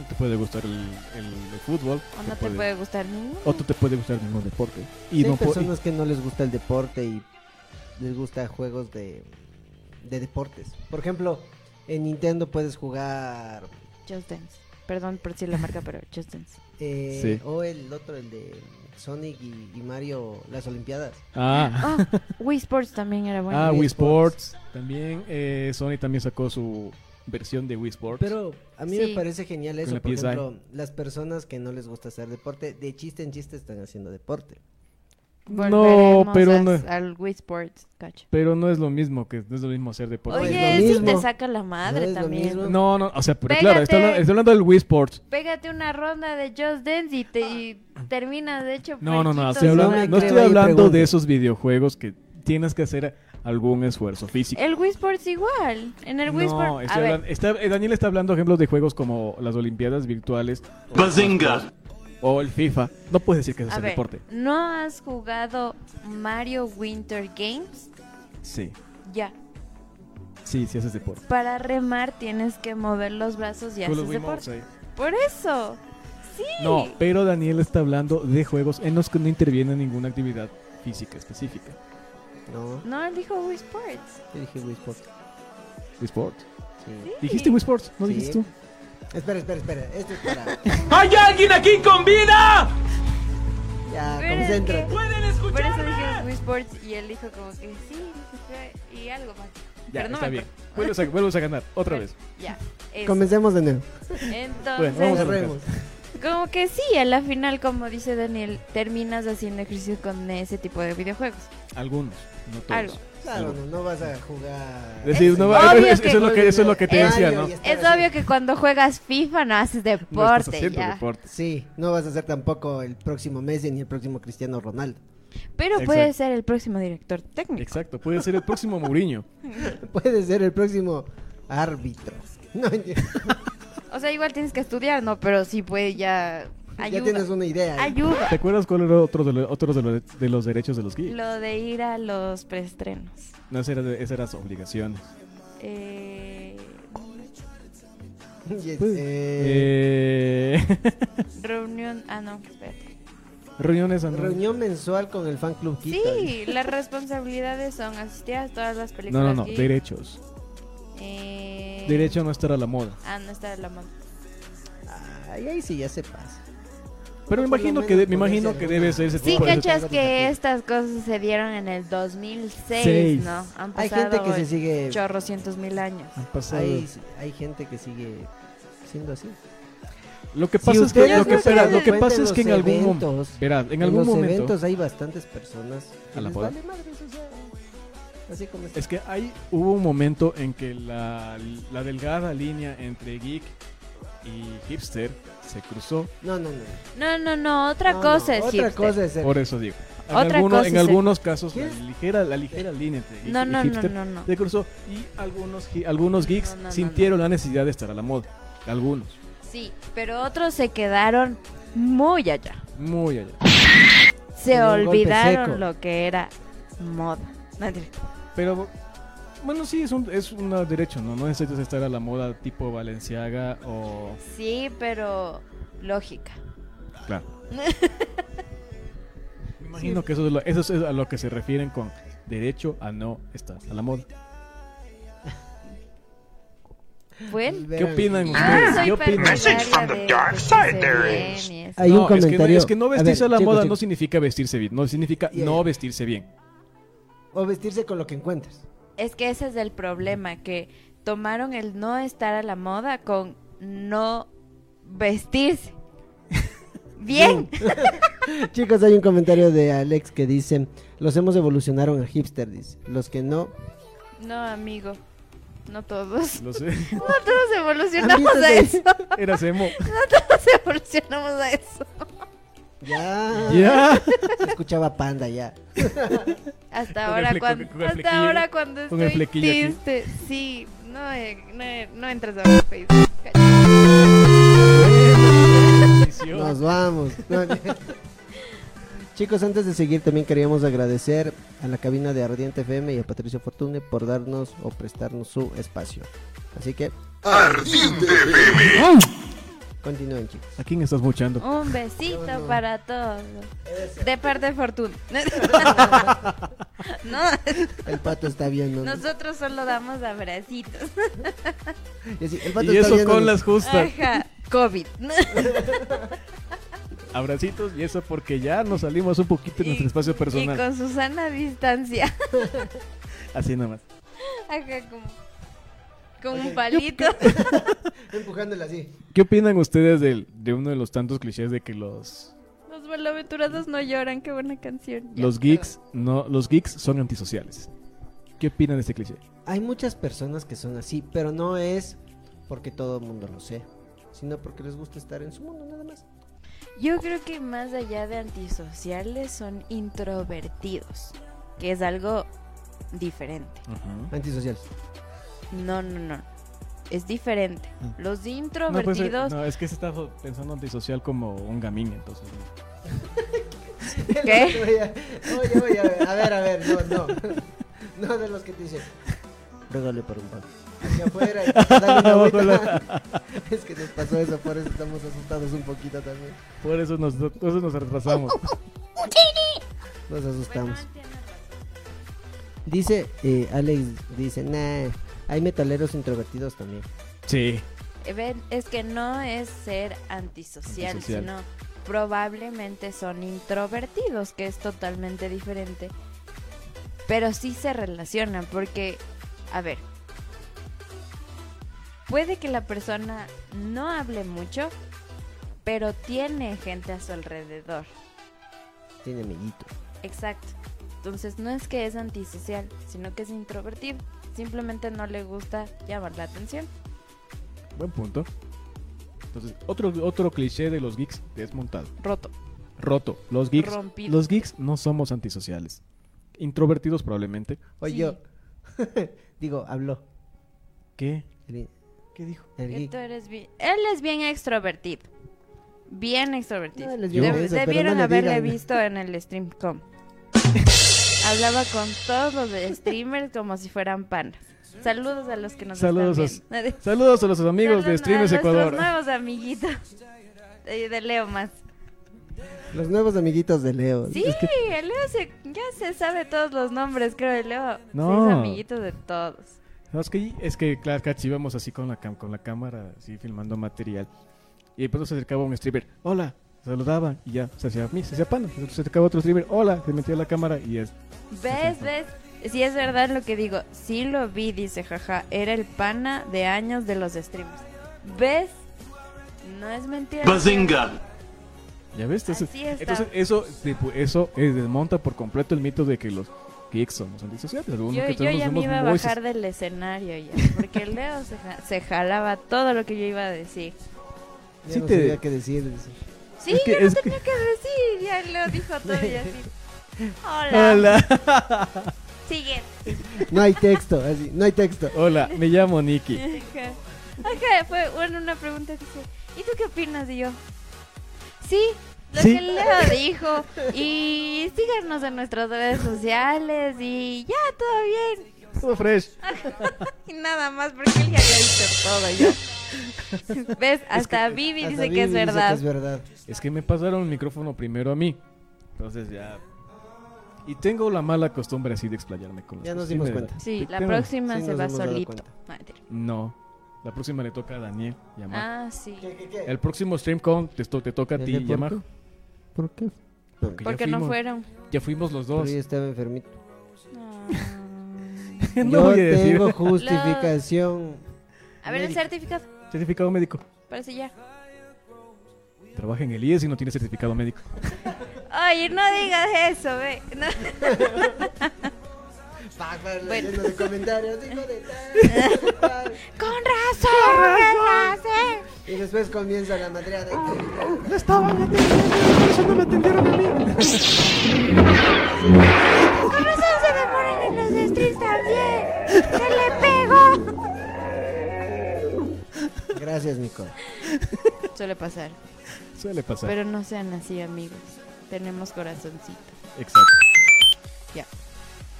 F: No te puede gustar el, el- el fútbol.
G: O no te puede gustar ninguno.
F: o no te puede gustar ningún deporte.
H: Sí,
F: Y no
H: hay
F: po- y-
H: personas que no les gusta el deporte y les gusta juegos de, de deportes. Por ejemplo, en Nintendo puedes jugar
G: Just Dance. Perdón por decir la marca, pero Just Dance.
H: eh,
F: Sí.
H: o el otro, el de Sonic y, y Mario, las Olimpiadas.
F: Ah,
G: Ah, Wii Sports también era bueno.
F: ah,
H: Wii
F: Wii
H: Sports.
F: Sports. También eh, Sony también sacó su versión de Wii Sports.
H: Pero a mí me
G: Sí.
H: parece genial eso.
F: la
H: Por
F: PSI.
H: ejemplo, las personas que no les gusta hacer deporte, de chiste en chiste están haciendo deporte.
F: no,
G: Volveremos
F: pero
G: a-
F: no,
G: Al Wii Sports, cacho.
F: pero no es lo mismo que no es lo mismo hacer deporte.
H: es
G: Oye,
H: lo
G: si
H: mismo.
G: te saca la
H: No
G: madre
H: es lo
G: también.
H: mismo.
F: No, no, o sea, pero
G: Pégate.
F: claro, está habla- está hablando, del Wii Sports.
G: Pégate una ronda de Just Dance y, te, y terminas de hecho.
F: No, no, no,
G: fresquito,
F: estoy hablando-
H: no me
G: ¿sabes?
F: no estoy
H: creo ahí,
F: hablando
H: pregunto.
F: de esos videojuegos que tienes que hacer algún esfuerzo físico.
G: El Wii Sports igual. En el Wii
F: No,
G: Sports. A
F: estoy
G: ver,
F: hablando- está- eh, Daniel está hablando ejemplos de juegos como las Olimpiadas virtuales. Bazinga. O, O el FIFA. No puedes decir que eso es
G: A
F: el
G: ver,
F: deporte.
G: ¿no has jugado Mario Winter Games?
F: Sí,
G: Ya.
F: sí, sí, eso es deporte.
G: Para remar tienes que mover los brazos y
F: Con
G: haces
F: los Wiimotes
G: deporte.
F: ahí.
G: Por eso. Sí.
F: No, pero Daniel está hablando de juegos en los que no interviene ninguna actividad física específica.
H: No,
G: No, él dijo Wii Sports.
H: yo dije Wii Sports.
F: Wii Sports.
H: Sí.
F: Dijiste Wii Sports, no
H: Sí.
F: dijiste tú.
H: Espera, espera, espera. Esto es para.
J: ¿Hay alguien aquí con vida?
H: Ya,
G: Pero es
H: concéntrate.
G: que-
J: ¿Pueden
G: Por eso dije
J: escucharme?
G: Wii Sports y él dijo como que sí, sí, y algo más.
F: Ya,
G: Pero no
F: está
G: me
F: bien.
G: acuerdo.
F: Vuelves a, vuelves a ganar, otra vez.
G: Ya. eso.
H: Comencemos de nuevo.
G: Entonces,
F: Vamos a
H: Cerremos.
G: como que sí, a la final, como dice Daniel, terminas haciendo ejercicio con ese tipo de videojuegos.
F: Algunos, no todos.
G: Algo.
H: Claro, no, no vas a jugar.
F: Es decir,
G: Es
F: no va-
G: obvio
F: eso, es
G: que-
F: lo que, eso es lo que te
G: Eh,
F: decía,
H: Mario
F: ¿no?
H: y estar
G: Es
H: así.
G: obvio que cuando juegas FIFA no haces
F: No estás
G: deporte,
F: haciendo
G: ya.
F: deporte.
H: Sí, no vas a ser tampoco el próximo Messi ni el próximo Cristiano Ronaldo.
G: Pero
F: Exacto.
G: puede ser el próximo director técnico.
F: Exacto, puede ser el próximo Mourinho.
H: Puede ser el próximo árbitro. No, ya,
G: O sea, igual tienes que estudiar, ¿no? Pero sí puede ya...
H: ya
G: Ayuda.
H: tienes una idea. ahí.
G: Ayuda.
F: ¿Te acuerdas cuál era otro de, lo- otro de, lo- de los derechos de los geeks?
G: Lo de ir a los preestrenos.
F: No, esa era, de- esa era su obligación.
G: Eh,
H: Yes,
F: Pues,
H: eh,
F: Eh...
G: reunión... Ah, no, espérate.
F: Reuniones and
H: Reunión mensual con el fan club Quito.
G: Sí, las responsabilidades son asistir a todas las
F: No, no,
G: películas.
F: no,
G: geek.
F: derechos.
G: Eh,
F: Derecho a no estar a la moda.
G: Ah, no está la mano.
H: Ay, ahí sí ya se pasa.
F: Pero me
H: por lo
F: imagino que,
H: menos
F: de- me
H: ponerse
F: imagino que
H: alguna-
F: debe ser ese
G: Sí,
F: tipo de...
G: cachas que estas cosas se dieron en el 2006,
F: Seis.
G: ¿no? Han
H: Hay
G: pasado
H: gente que se Ah. sigue.
G: chorro cientos mil años.
F: Han pasado.
H: Hay, hay gente que sigue siendo así.
F: Lo que pasa es que,
G: ustedes
F: lo que,
G: no se
F: espera,
G: dan
F: lo que
H: cuenta
F: pasa es que en
H: los
F: algún momento,
H: eventos,
F: verás, en
H: en
F: algún
H: los
F: momento,
H: eventos hay bastantes personas. que
F: ¿A la
H: les
F: moda?
H: vale madres, o sea, Así como está.
F: es que hay, hubo un momento en que la, la delgada línea entre geek y hipster se cruzó.
H: No, no, no.
G: No, no, no, otra
H: No, no,
G: cosa es
H: Otra
G: hipster.
H: cosa es eh, el-
F: Por eso digo. En,
G: Otra
F: alguno-
G: cosa
F: en
G: es el-
F: algunos casos la
H: ¿Quieres?
F: ligera, la ligera línea entre geek
G: No,
F: y
G: no, no,
F: hipster
G: no, no.
F: se cruzó y algunos, gi- algunos geeks
G: No, no, no,
F: sintieron la necesidad de estar a la moda. Algunos.
G: Sí, pero otros se quedaron muy allá.
F: Muy allá.
G: Se
H: Tenía un golpe seco.
G: olvidaron lo que era moda. No, mentira.
F: Pero bueno, sí, es un, es un derecho, ¿no? No necesitas estar a la moda tipo Valenciaga o...
G: Sí, pero lógica.
F: Claro. Me imagino que eso es, lo, eso es a lo que se refieren con derecho a no estar a la moda.
G: Bueno.
F: ¿Qué opinan
H: Ah,
G: Yo
F: ustedes?
G: Pues, soy
F: ¿Qué
I: Message
F: opinan?
I: from the dark side there is.
H: Hay
F: No,
H: un
F: es que, no,
H: comentario.
F: es que no
H: A ver,
F: vestirse a, la
H: chicos,
F: moda no
H: chicos,
F: significa vestirse bien, no significa
H: Yeah.
F: no vestirse bien.
H: O vestirse con lo que encuentras.
G: Es que ese es el problema, que tomaron el no estar a la moda con no vestirse. Bien.
H: Chicos, hay un comentario de Alex que dice, los hemos evolucionaron a hipster, dice. Los que no...
G: No, amigo. No todos.
F: Lo sé.
G: No todos evolucionamos a
H: Ambiente
G: eso. No
F: Eras emo.
G: todos evolucionamos a eso.
H: Ya.
F: Ya.
H: Escuchaba panda ya.
G: Hasta
F: Con el
G: ahora
F: fle-
G: cuando
F: con el
G: hasta
F: flequillo,
G: ahora cuando
F: con el
G: estoy
F: flequillo aquí.
G: triste, sí, no, eh, no, eh, no entras a mi Facebook.
H: Nos vamos. No, ya. Chicos, antes de seguir también queríamos agradecer a la cabina de Ardiente FM y a Patricio Fortune por darnos o prestarnos su espacio. Así que continúen, chicos.
F: ¿A quién estás buchando?
G: Un besito para todos. De parte de Fortuna. no,
H: El pato está viendo.
G: nosotros solo damos abracitos.
H: Y, así, el pato
F: Y
H: está
F: eso
H: viéndonos.
F: con las justas.
G: Ajá, COVID.
F: Abracitos y eso porque ya nos salimos un poquito de nuestro espacio
G: Y
F: personal.
G: con Susana a distancia.
F: Así nomás.
G: Ajá, como, como un palito.
H: Empujándola así.
F: ¿Qué opinan ustedes del- de, uno de los tantos clichés de que los,
G: Los malaventurados no lloran, qué buena canción. Ya,
F: los geeks no los geeks son antisociales? ¿Qué opinan de este cliché?
H: Hay muchas personas que son así, pero no es porque todo el mundo lo sea, sino porque les gusta estar en su mundo nada más.
G: Yo creo que más allá de antisociales son introvertidos, que es algo diferente.
H: Antisociales.
G: No, no, no. es diferente.
F: Ah.
G: Los
F: No, pues, eh,
G: introvertidos,
F: no, es que se está pensando antisocial como un gamín, entonces. ¿no?
G: ¿Qué?
H: Oye, oye, a ver, a ver, a ver, no, no. No de los que te dicen, régale para un pan. Hacia afuera, y dale una vuelta. Es que nos pasó eso, por eso estamos asustados un poquito también.
F: Por eso nos, por eso nos retrasamos.
H: Nos
G: Bueno,
H: asustamos. Dice, eh, Alex, dice, nah, hay metaleros introvertidos también.
F: Sí.
G: Eh, ven, es que no es ser antisocial,
F: Antisocial.
G: sino probablemente son introvertidos, que es totalmente diferente. Pero sí se relacionan, porque, a ver, puede que la persona no hable mucho, pero tiene gente a su alrededor.
H: Tiene amiguito.
G: Exacto. Entonces no es que es antisocial, sino que es introvertido. Simplemente no le gusta llamar la atención.
F: Buen punto. Entonces, otro, otro cliché de los geeks desmontado.
G: Roto.
F: Roto. Los geeks.
G: Rompido.
F: Los geeks no somos antisociales. Introvertidos probablemente.
H: Oye,
G: Sí.
H: yo, digo, habló.
F: ¿Qué?
H: El,
F: ¿Qué dijo?
H: el
G: Que
H: geek.
G: tú eres bien- Él es bien extrovertido. Bien extrovertido.
H: No, él es
G: Deb-
H: bien eso, pero
G: debieron
H: no le
G: haberle
H: digan.
G: visto en el StreamCom. Hablaba con todos los streamers como si fueran panas. Saludos a los que nos
F: Saludos
G: están viendo.
F: Saludos a los amigos de
G: Saludos
F: Streamers
G: a nuestros
F: Ecuador.
G: nuevos amiguitos. Eh, De Leo más.
H: Los nuevos amiguitos de Leo.
G: Sí, el Leo se- ya se sabe todos los nombres, creo. El Leo
F: No.
G: es amiguito de todos.
F: No, es que, es que Clark Cat sí íbamos así con la, cam- con la cámara, así filmando material. Y de pronto se acercaba un streamer, hola, saludaban y ya, se hacía a mí, se hacía pana. Se acercaba otro streamer, hola, se metía a la cámara y es.
G: ¿Ves? ¿Ves? Sí es verdad lo que digo. Sí lo vi, dice jaja. Era el pana de años de los streamers. ¿Ves? No es mentira.
F: Ya ves, entonces,
G: Así está.
F: entonces eh, eso, tipo, eso eh, desmonta por completo el mito de que los geeks somos antisociales. Algunos
G: Yo,
F: que
G: yo
F: tenemos
G: ya me
F: somos
G: iba a
F: muy
G: bajar del escenario ya. Porque el Leo se, ja- se jalaba todo lo que yo iba a decir.
H: Ya
F: Sí
H: no
F: te-
H: sabía qué decir. dice.
G: Sí,
F: Es que-
G: yo no
F: es que-
G: tenía que... decir. Ya el Leo dijo todo y así. Hola.
F: Hola,
G: Siguiente.
H: No hay texto, así, no hay texto.
F: hola, me llamo Nicky.
G: Ajá. Ajá, fue bueno, una pregunta que hice. ¿Y tú qué opinas? Y yo, sí, lo
F: Sí.
G: que Leo dijo. Y síganos en nuestras redes sociales y ya, todo bien.
F: Todo fresh.
G: Y nada más porque él ya había dicho todo yo. ¿Ves? Hasta Vivi
H: Hasta
G: dice
H: Vivi
G: que es verdad.
H: es verdad.
F: Es que me pasaron el micrófono primero a mí. Entonces ya. Y tengo la mala costumbre así de explayarme con las
H: Ya nos
F: cosas.
H: dimos
F: Sí, me-
H: cuenta.
G: sí, la
F: Tengo-
G: próxima
H: sí,
G: se
H: nos
G: va
H: hemos dado
G: solito.
H: cuenta.
G: Madre.
F: No. La próxima le toca a Daniel Yamaha.
G: Ah, sí.
H: ¿Qué, qué, qué?
F: El próximo StreamCon te, to- te toca a
H: ¿El
F: ti,
H: de por
F: Yamaha.
H: ¿Por qué?
F: Porque ya
G: Porque no
F: fuimos-
G: fueron.
F: Ya fuimos los
H: Pero
F: dos.
H: yo estaba enfermito.
G: No.
F: no
H: yo
F: voy a decir.
H: tengo justificación.
G: A ver, el
H: Médico.
G: certificado.
F: Certificado médico.
G: Parece ya.
F: Trabaja en el IES y no tiene certificado médico.
G: Oye, no digas eso, ve. No.
H: Pa, pa,
G: Bueno.
H: lleno de comentarios, hijo de tal, tal.
G: Con razón.
H: Y después comienza la madreada.
F: No estaban atendiendo. Eso no me atendieron a mí.
G: Con razón se me ponen en los streams también. Se le pegó.
H: Gracias, Nico.
G: Suele pasar,
F: Suele pasar.
G: pero no sean así, amigos. Tenemos corazoncito.
F: Exacto.
G: Ya.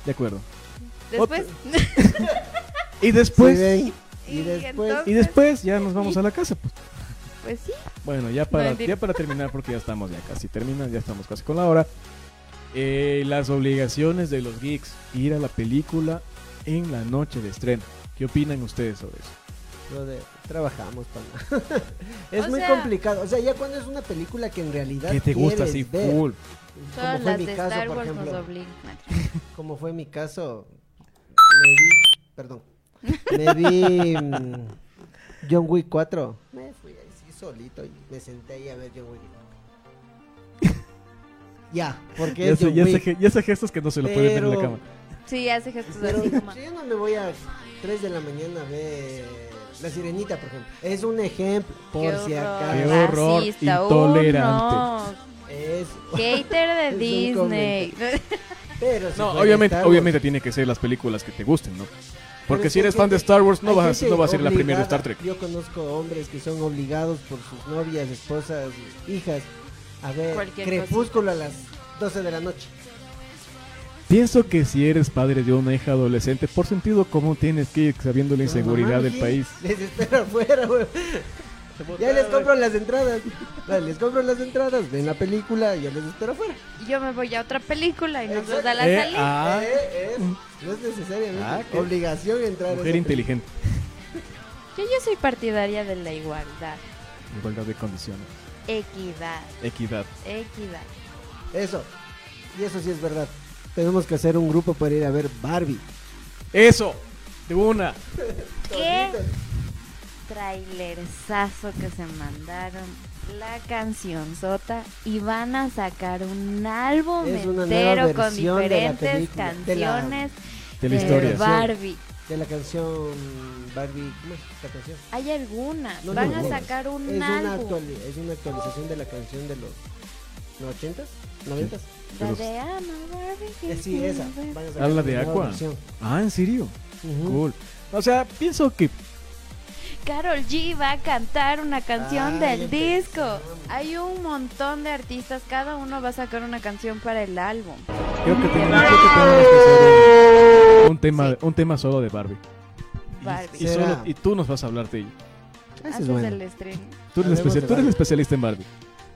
F: De acuerdo.
G: Después.
F: Y
H: Pues,
F: después.
H: y después,
F: y después ya nos vamos
G: Y-
F: a la casa. pues.
G: Pues sí.
F: Bueno, ya para,
G: mentira.
F: ya para terminar, porque ya estamos ya casi terminando, ya estamos casi con la hora. Eh, las obligaciones de los geeks, ir a la película en la noche de estreno. ¿Qué opinan ustedes sobre eso?
H: lo de- trabajamos, pana. es
G: O
H: muy
G: sea-
H: complicado. O sea, ya cuando es una película que en realidad.
F: ¿Qué te gusta
H: quieres
F: así?
H: ver,
F: Full.
G: Todas
H: Como fue
G: las
H: mi
G: de
H: caso,
G: Star
H: por
G: Wars nos
H: ejemplo.
G: obligan.
H: Como fue mi caso, me vi, perdón, me vi mm, John Wick 4. Me fui así solito y me senté ahí a ver John Wick. ya, porque
F: Ya
H: es
F: sé,
H: John
F: ya, sé,
H: Wick.
F: ge- ya sé gestos que no se lo pueden ver en la
H: Pero-
F: cama.
G: Sí, hace gestos
H: Pero
G: así como.
H: si yo no me voy a 3 de la mañana a ver La Sirenita, por ejemplo. Es un ejemplo, por
G: Qué
H: si
G: horror,
H: acaso.
F: Qué horror,
G: racista,
F: intolerante.
G: uno.
H: Es...
G: Hater de
H: Es un
G: Disney.
H: Pero si
F: No,
H: fuera
F: obviamente,
H: Star Wars,
F: obviamente tiene que ser las películas que te gusten, ¿no? Porque
H: pero
F: si eres
H: hay
F: fan de
H: gente-
F: Star Wars, no
H: hay
F: vas,
H: gente
F: no vas a ir la primera de
H: obligada.
F: Star Trek.
H: Yo conozco hombres que son obligados por sus novias, esposas, hijas a ver
G: Cualquier
H: Crepúsculo a las 12 de la noche.
F: Pienso que si eres padre de una hija adolescente, por sentido común tienes que ir sabiendo la
H: Pero,
F: inseguridad
H: mamá,
F: del
H: sí,
F: país.
H: Les espero afuera, güey. Ya les compro las entradas. Dale, Les compro las entradas, ven la película y yo les espero afuera.
G: Y Yo me voy a otra película y nos vemos a la
F: Eh,
G: salida.
F: ah,
H: Eh, es- no es necesariamente
F: Ah, qué-
H: obligación entrar a
F: mujer
H: esa
F: inteligente. ah.
G: Yo, yo soy partidaria de la igualdad,
F: Igualdad de condiciones.
G: equidad,
F: Equidad.
G: equidad.
H: Eso. Y eso sí es verdad. Tenemos que hacer un grupo para ir a ver Barbie.
F: Eso. De una.
G: ¿Qué trailerzazo que se mandaron? La canción Sota y van a sacar un álbum
H: Es una nueva
G: entero con
H: versión de la
G: diferentes
H: película, de la-
G: canciones
F: De
G: de,
F: la historia.
G: Barbie.
H: De la canción Barbie. ¿Cómo es la canción?
G: Hay algunas,
H: No,
G: van
H: no,
G: a
H: no.
G: sacar un
H: Es una,
G: álbum.
H: actuali- es una actualización de la canción de los, los 80s, 90s.
G: La
F: Pero-
G: de I'm a Barbie.
H: Eh, sí, esa. Van a sacar
F: Habla
H: una
F: de
H: nueva
F: Aqua.
H: versión.
F: Ah, ¿en serio?
H: Ujú.
F: Cool. O sea, pienso que
G: Carol G va a cantar una canción
H: Ah,
G: del
H: ya
G: disco.
H: empezamos.
G: Hay un montón de artistas, cada uno va a sacar una canción para el álbum.
F: creo que tenemos, creo que, tenemos que hacer un, un tema, un tema solo de Barbie. Y-
G: Barbie.
F: Y,
H: Será.
F: solo, y tú nos vas a hablar de ella.
H: Esa es
G: Haces
H: buena.
G: el stream.
F: Tú eres, el
H: Hablemos de
F: especial- tú eres el
H: Barbie.
F: especialista en Barbie.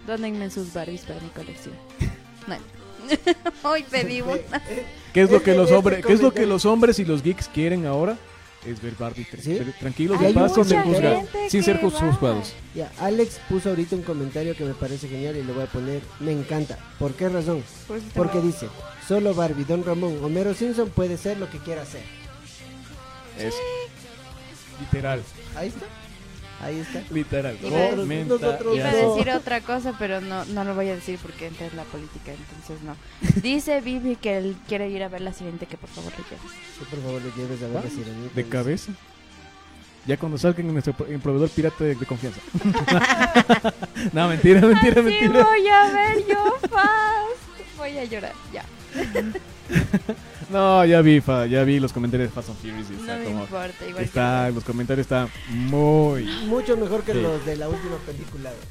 G: Dónenme sus Barbies para mi colección. Bueno. Hoy pedí una.
F: ¿Qué es lo
H: Ese-
F: que los
H: ese
F: hombres, qué es lo que
H: comentario-
F: los hombres y los geeks quieren ahora? Es ver Barbie tra-
H: ¿Sí?
F: tra- tranquilos,
H: Hay
F: en paz, sin ser
H: mucha
F: juzgados,
G: gente
F: sin ser
G: que
F: juz-
G: va.
F: juzgados.
H: Ya, Alex puso ahorita un comentario que me parece genial y le voy a poner. Me encanta. ¿Por qué razón? Porque dice, solo Barbie, Don Ramón, Homero Simpson puede ser lo que quiera ser.
F: Eso. Literal,
H: Ahí está. Ahí está.
F: literal.
G: Iba a decir-
F: Comenta-
H: nosotros
G: Iba a
H: no.
G: decir otra cosa, pero no, no lo voy a decir porque entra en la política, entonces no. Dice Bibi que él quiere ir a ver la siguiente, que por favor lo lleves.
H: Que por favor lo lleves a ver la
F: Vamos,
H: sirenita.
F: De cabeza. Ya cuando salgan en nuestro pro- en proveedor pirata de, de confianza. no, mentira, mentira,
G: Sí,
F: mentira.
G: voy a ver yo, Fast. Voy a llorar, ya.
F: No, ya vi, fa- ya vi los comentarios de Fast and Furious. y
G: No
F: está
G: me
F: como-
G: importa, igual
F: está, los comentarios están muy.
H: Mucho mejor que
F: Sí.
H: los de la última película. güey.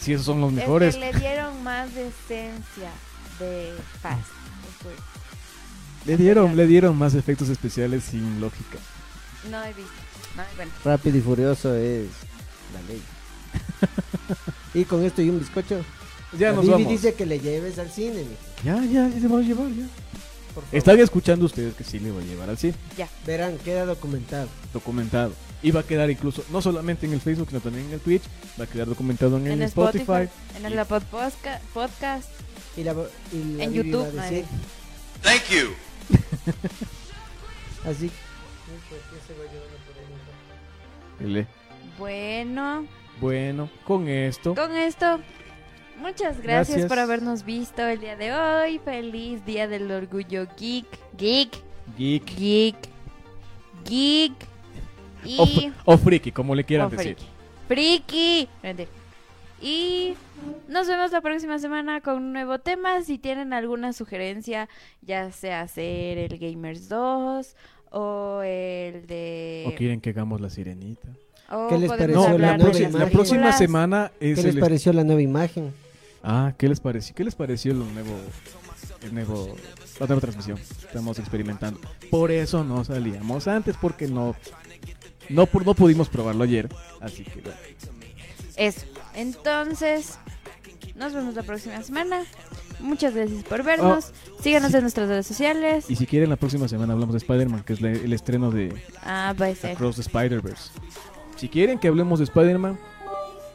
F: Sí, esos son los
G: que no.
F: mejores.
G: Es que le dieron más esencia de Fast. Este, Eso-
F: Le dieron, le dieron más efectos especiales sin lógica.
G: No he visto. No, bueno.
H: Rápido y furioso es la ley. y con esto y un bizcocho.
F: Ya
H: la
F: nos
H: Bibi
F: vamos.
H: dice que le lleves al cine. mijo.
F: Ya, ya, ya te vamos a llevar, ya.
H: Por favor.
F: Están escuchando ustedes que sí le voy a llevar al cine,
H: Verán, queda documentado.
F: documentado. Y va a quedar incluso, no solamente en el Facebook, sino también en el Twitch, va a quedar documentado en, el Spotify.
G: en el Apple Posca- podcast,
H: Y la, y la
G: En
H: Bibi va a
G: YouTube, madre.
H: decir,
I: Thank you.
H: Así.
F: Ele.
G: Bueno,
F: Bueno, con esto,
G: con esto, muchas gracias,
F: Gracias.
G: por habernos visto el día de hoy. Feliz Día del Orgullo Geek. Geek,
F: geek
G: geek, geek. Y...
F: o, fr- o friki, como le quieran
G: o
F: decir.
G: friki. Friki. Vente. Y nos vemos la próxima semana con un nuevo tema. Si tienen alguna sugerencia, ya sea hacer el Gamers 2 o el de...
F: O quieren que hagamos la sirenita.
G: o
H: ¿Qué les
G: podemos
H: pareció
F: No, la,
G: hablar de
F: próxima-
G: las
F: la próxima
G: películas.
F: semana es
H: ¿Qué les
F: el
H: pareció la nueva imagen?
F: Ah, ¿qué les pareció? ¿Qué les pareció lo nuevo, el nuevo, la nueva transmisión? Estamos experimentando. Por eso no salíamos antes, porque no, no, pu- no pudimos probarlo ayer. Así que bueno.
G: Eso. Entonces, nos vemos la próxima semana. Muchas gracias por vernos. Síganos
F: Oh, sí.
G: en nuestras redes sociales.
F: Y si quieren, la próxima semana hablamos de Spider-Man, que es la- el estreno de
G: Ah, puede ser.
F: Across the Spider-Verse. Si quieren que hablemos de Spider-Man,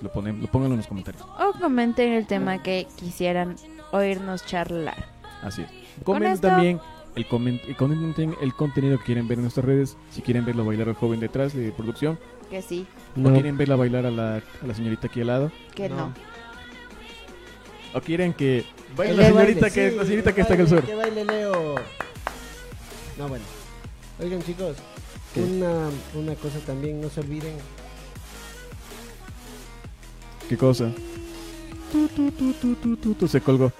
F: lo, ponen, lo pónganlo en los comentarios.
G: O comenten el tema que quisieran oírnos charlar.
F: Así es.
G: Con
F: Comenten
G: esto-
F: también el, comen- y comenten el contenido que quieren ver en nuestras redes. Si quieren verlo bailar al joven detrás de producción,
G: Que sí,
F: o
H: No.
F: quieren verla bailar a la, a la señorita aquí al lado.
G: que no.
H: No.
F: ¿O quieren que
H: Que
F: baile
H: le
F: la señorita,
H: baile,
F: que,
H: sí,
F: la señorita que está en
H: baile,
F: el suelo?
H: Que baile Leo. No, bueno. Oigan, chicos,
F: ¿Qué?
H: una, una cosa también, no se olviden.
F: ¿Qué cosa? Tu, tu, tu, tu, tu, tu, tu, se colgó.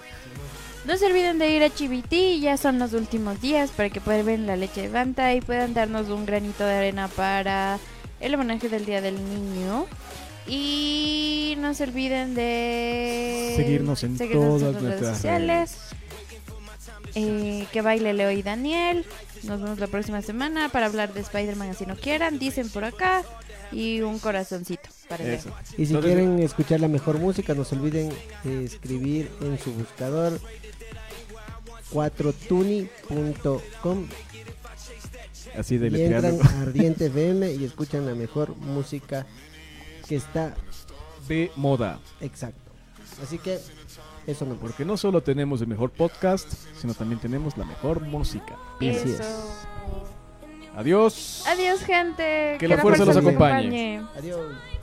G: No se olviden de ir a Chivití, ya son los últimos días para que prueben la leche de banta y puedan darnos un granito de arena para el homenaje del Día del Niño. Y no se olviden de
F: Seguirnos en todas
G: nuestras
F: nuestras
G: redes sociales. Eh, que baile Leo y Daniel. Nos vemos la próxima semana para hablar de Spider-Man si no quieran. Dicen por acá. Y un corazoncito para Leo.
F: Eso.
H: Y si
F: Entonces,
H: quieren escuchar la mejor música, no se olviden de escribir en su buscador 4tuni.com
F: Así de
H: y entran
F: letreando.
H: a Ardiente FM y escuchan la mejor música que está
F: de moda.
H: exacto. Así que eso me
F: Porque no solo tenemos el mejor podcast, sino también tenemos la mejor música.
H: Así
G: Eso.
F: Adiós.
G: Adiós, gente.
F: Que la fuerza los acompañe.
H: Adiós.